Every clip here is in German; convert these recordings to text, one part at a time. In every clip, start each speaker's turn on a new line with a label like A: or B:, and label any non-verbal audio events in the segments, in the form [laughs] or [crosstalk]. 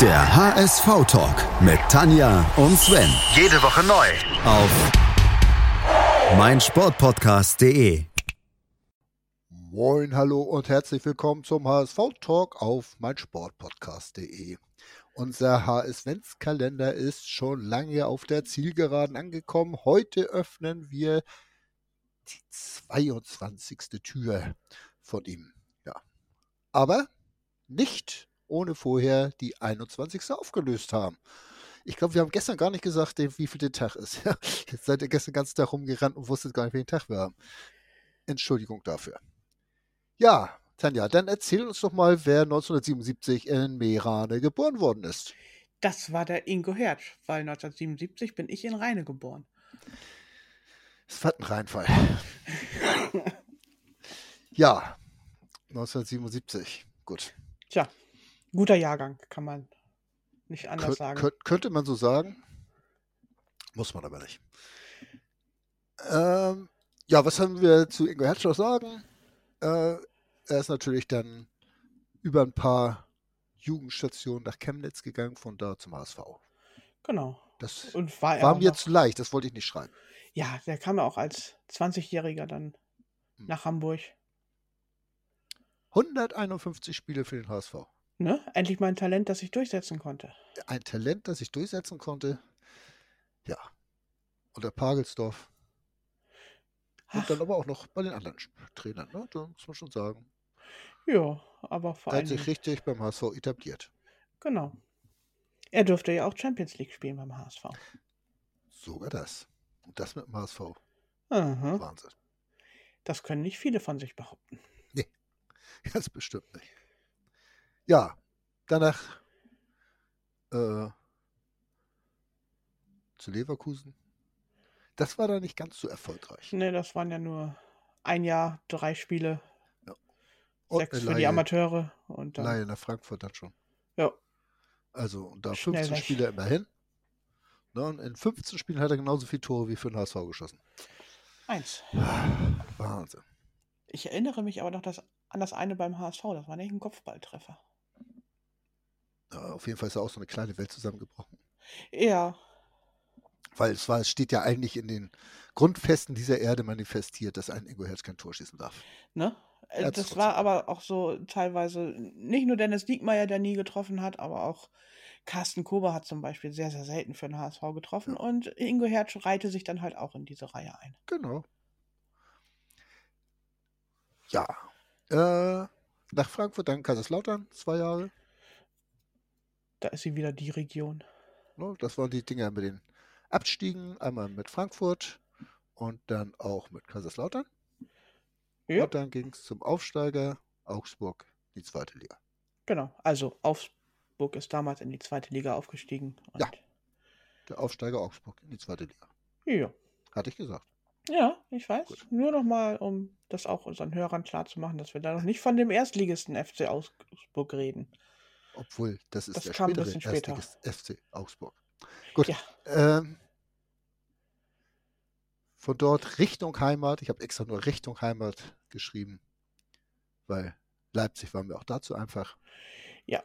A: Der HSV-Talk mit Tanja und Sven.
B: Jede Woche neu.
A: Auf meinsportpodcast.de.
C: Moin, hallo und herzlich willkommen zum HSV-Talk auf meinsportpodcast.de. Unser HSV-Kalender ist schon lange auf der Zielgeraden angekommen. Heute öffnen wir die 22. Tür von ihm. Ja. Aber nicht ohne vorher die 21. aufgelöst haben. Ich glaube, wir haben gestern gar nicht gesagt, wie viel der Tag ist. [laughs] Jetzt seid ihr gestern den ganzen Tag rumgerannt und wusstet gar nicht, welchen Tag wir haben. Entschuldigung dafür. Ja, Tanja, dann erzähl uns doch mal, wer 1977 in Meerane geboren worden ist.
D: Das war der Ingo Hertsch, weil 1977 bin ich in Rheine geboren.
C: Es war ein Reinfall. ja, 1977. Gut.
D: Tja, guter Jahrgang, kann man nicht anders
C: Kön
D: sagen.
C: kön könnte man so sagen. Muss man aber nicht. Ähm, ja, was haben wir zu Ingo Herzschau sagen? Äh, er ist natürlich dann über ein paar Jugendstationen nach Chemnitz gegangen, von da zum HSV.
D: Genau.
C: Das
D: Und war er
C: war
D: auch
C: mir
D: noch-
C: zu leicht, das wollte ich nicht schreiben.
D: Ja, der kam ja auch als 20-Jähriger dann
C: Hm.
D: nach Hamburg.
C: 151 Spiele für den HSV.
D: Ne? Endlich mal ein Talent, das ich durchsetzen konnte.
C: Ein Talent, das ich durchsetzen konnte. Ja. Unter Pagelsdorf.
D: Ach.
C: Und dann aber auch noch bei den anderen Sp- Trainern, ne? Da muss man schon sagen.
D: Ja, aber vor
C: Er hat
D: allem.
C: sich richtig beim HSV etabliert.
D: Genau. Er durfte ja auch Champions League spielen beim HSV.
C: Sogar das. Und das mit dem HSV.
D: Aha.
C: Wahnsinn. [laughs]
D: Das können nicht viele von sich behaupten.
C: Ganz bestimmt nicht. Ja, danach äh, zu Leverkusen. Das war da nicht ganz so erfolgreich.
D: Ne, das waren ja nur ein Jahr, drei Spiele,
C: Und
D: sechs
C: eine
D: für die
C: Laie-
D: Amateure und dann.
C: Laie nach Frankfurt dann schon.
D: Ja,
C: Also und da
D: Schnell
C: 15
D: weg.
C: Spiele immerhin. Ne, und in 15 Spielen hat er genauso viele Tore wie für den HSV geschossen.
D: eins.
C: Wahnsinn.
D: Ich erinnere mich aber noch das, an das eine beim HSV. Das war nicht ein Kopfballtreffer.
C: Ja, auf jeden Fall ist da auch so eine kleine Welt zusammengebrochen.
D: Ja,
C: Weil es, war, es steht ja eigentlich in den Grundfesten dieser Erde manifestiert, dass ein Ingo Herz kein Tor schießen darf.
D: ne? Äh,
C: Ja,
D: Das
C: trotzdem.
D: war aber auch so teilweise nicht nur Dennis Diekmeyer, der nie getroffen hat, aber auch Carsten Kober hat zum Beispiel sehr, sehr selten für den HSV getroffen und Ingo Hertz reihte sich dann halt auch in diese Reihe ein.
C: Genau. Ja. Äh, nach Frankfurt, dann Kaiserslautern, zwei Jahre.
D: Da ist sie wieder die Region.
C: Ne? Das waren die Dinger mit den Abstiegen. Einmal mit Frankfurt und dann auch mit Kaiserslautern.
D: Ja,
C: Und dann ging es zum Aufsteiger Augsburg, die zweite Liga.
D: genau. Also Augsburg ist damals in die zweite Liga aufgestiegen. Und
C: Ja. Der Aufsteiger Augsburg in die zweite Liga.
D: Ja.
C: Hatte ich gesagt.
D: Ja, ich weiß.
C: Gut.
D: Nur nochmal, um das auch unseren Hörern klarzumachen, dass wir da noch nicht von dem Erstligisten FC Augsburg reden.
C: Obwohl, das ist
D: Das
C: der
D: kam ein
C: spätere
D: bisschen später.
C: Erstligist FC Augsburg. Gut.
D: Ja.
C: Ähm, von dort Richtung Heimat. Ich habe extra nur Richtung Heimat geschrieben, weil Leipzig war mir auch dazu einfach.
D: Ja.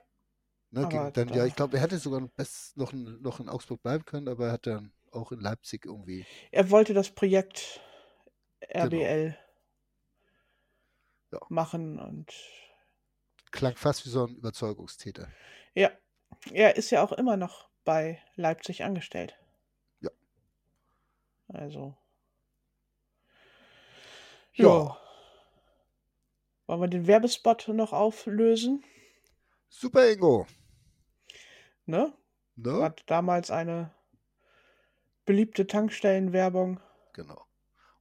C: Ne, ging
D: Aber
C: dann,
D: da-
C: ja, ich glaube, er hätte sogar noch, best, noch, in, noch in Augsburg bleiben können, aber er hat dann auch in Leipzig irgendwie.
D: Er wollte das Projekt
C: Genau.
D: RBL
C: Ja.
D: machen und
C: Klang fast wie so ein Überzeugungstäter.
D: ja, er ist ja auch immer noch bei Leipzig angestellt.
C: Ja.
D: Also.
C: Ja.
D: Ja. Wollen wir den Werbespot noch auflösen?
C: Super, Ingo.
D: Ne?
C: Ne?
D: War damals eine beliebte Tankstellenwerbung.
C: Genau.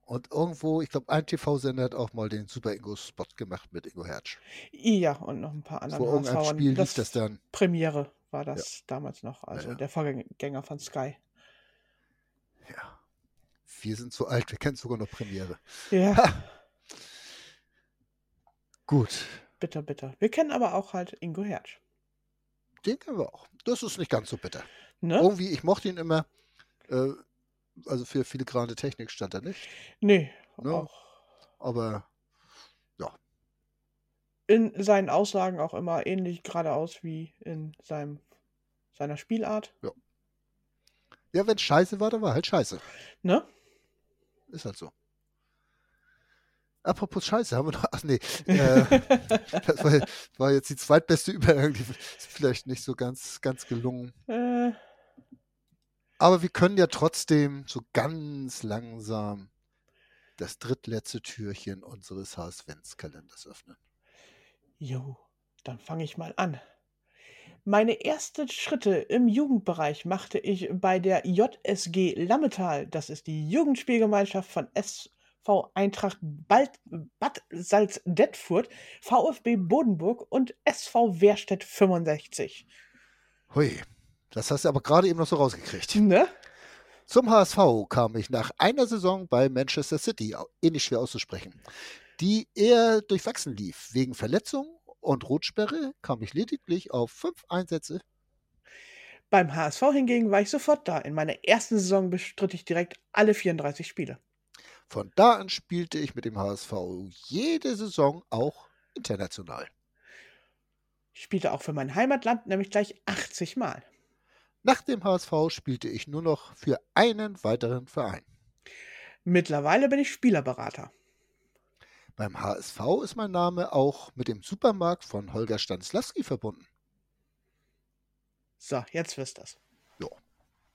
C: Und irgendwo, ich glaube, ein TV-Sender hat auch mal den Super Ingo-Spot gemacht mit Ingo Hertsch.
D: Ja, und noch ein paar andere
C: Vor irgendeinem Spiel lief das dann.
D: Premiere war das damals noch, also
C: ja.
D: der Vorgänger von Sky.
C: Ja. Wir sind zu alt, wir kennen sogar noch Premiere.
D: Ja,
C: Gut,
D: bitter, bitter. Wir kennen aber auch halt Ingo Hertsch.
C: den kennen wir auch. Das ist nicht ganz so bitter.
D: Ne?
C: Irgendwie, ich mochte ihn immer. Äh, also für filigrane Technik stand er nicht.
D: Nee,
C: Ne?
D: auch
C: Aber
D: in seinen Aussagen auch immer ähnlich geradeaus wie in seinem seiner Spielart.
C: Ja, wenn scheiße war, dann war halt scheiße.
D: Ne?
C: Ist halt so. Apropos Scheiße, haben wir noch. Ach nee, äh, das war, war jetzt die zweitbeste Übergang, die ist vielleicht nicht so ganz, ganz gelungen.
D: äh,
C: Aber wir können ja trotzdem so ganz langsam das drittletzte Türchen unseres HSV-Kalenders öffnen.
D: jo, dann fange ich mal an. Meine ersten Schritte im Jugendbereich machte ich bei der JSG Lammetal. Das ist die Jugendspielgemeinschaft von SV Eintracht Bald, Bad Salz-Detfurt, VfB Bodenburg und SV Wehrstedt 65.
C: Hui, das hast du aber gerade eben noch so rausgekriegt.
D: Ne?
C: Zum HSV kam ich nach einer Saison bei Manchester City, au- ähnlich schwer auszusprechen, die eher durchwachsen lief. Wegen Verletzung und Rotsperre kam ich lediglich auf fünf Einsätze.
D: Beim HSV hingegen war ich sofort da. In meiner ersten Saison bestritt ich direkt alle 34 Spiele.
C: Von da an spielte ich mit dem HSV jede Saison auch international.
D: Ich spielte auch für mein Heimatland, nämlich gleich 80 Mal.
C: Nach dem HSV spielte ich nur noch für einen weiteren Verein.
D: Mittlerweile bin ich Spielerberater.
C: Beim HSV ist mein Name auch mit dem Supermarkt von Holger Stanislawski verbunden.
D: So, jetzt wisst ihr's.
C: Ja.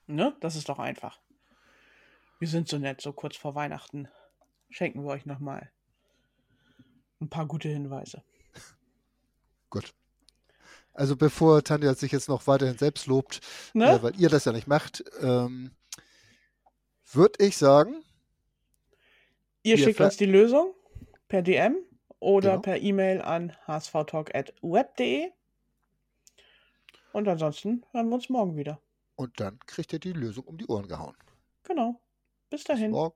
D: Ne? Das ist doch einfach. Wir sind so nett, so kurz vor Weihnachten. Schenken wir euch nochmal ein paar gute Hinweise.
C: Gut. Also bevor Tanja sich jetzt noch weiterhin selbst lobt,
D: Ne?
C: äh, weil ihr das ja nicht macht, ähm, würde ich sagen,
D: Ihr
C: wir
D: schickt
C: ver-
D: uns die Lösung per DM oder
C: Genau.
D: per E-Mail an hsvtalk.web.de. e. Und ansonsten hören wir uns morgen wieder.
C: und dann kriegt ihr die Lösung um die Ohren gehauen.
D: Genau. Bis dahin.
C: Morgen.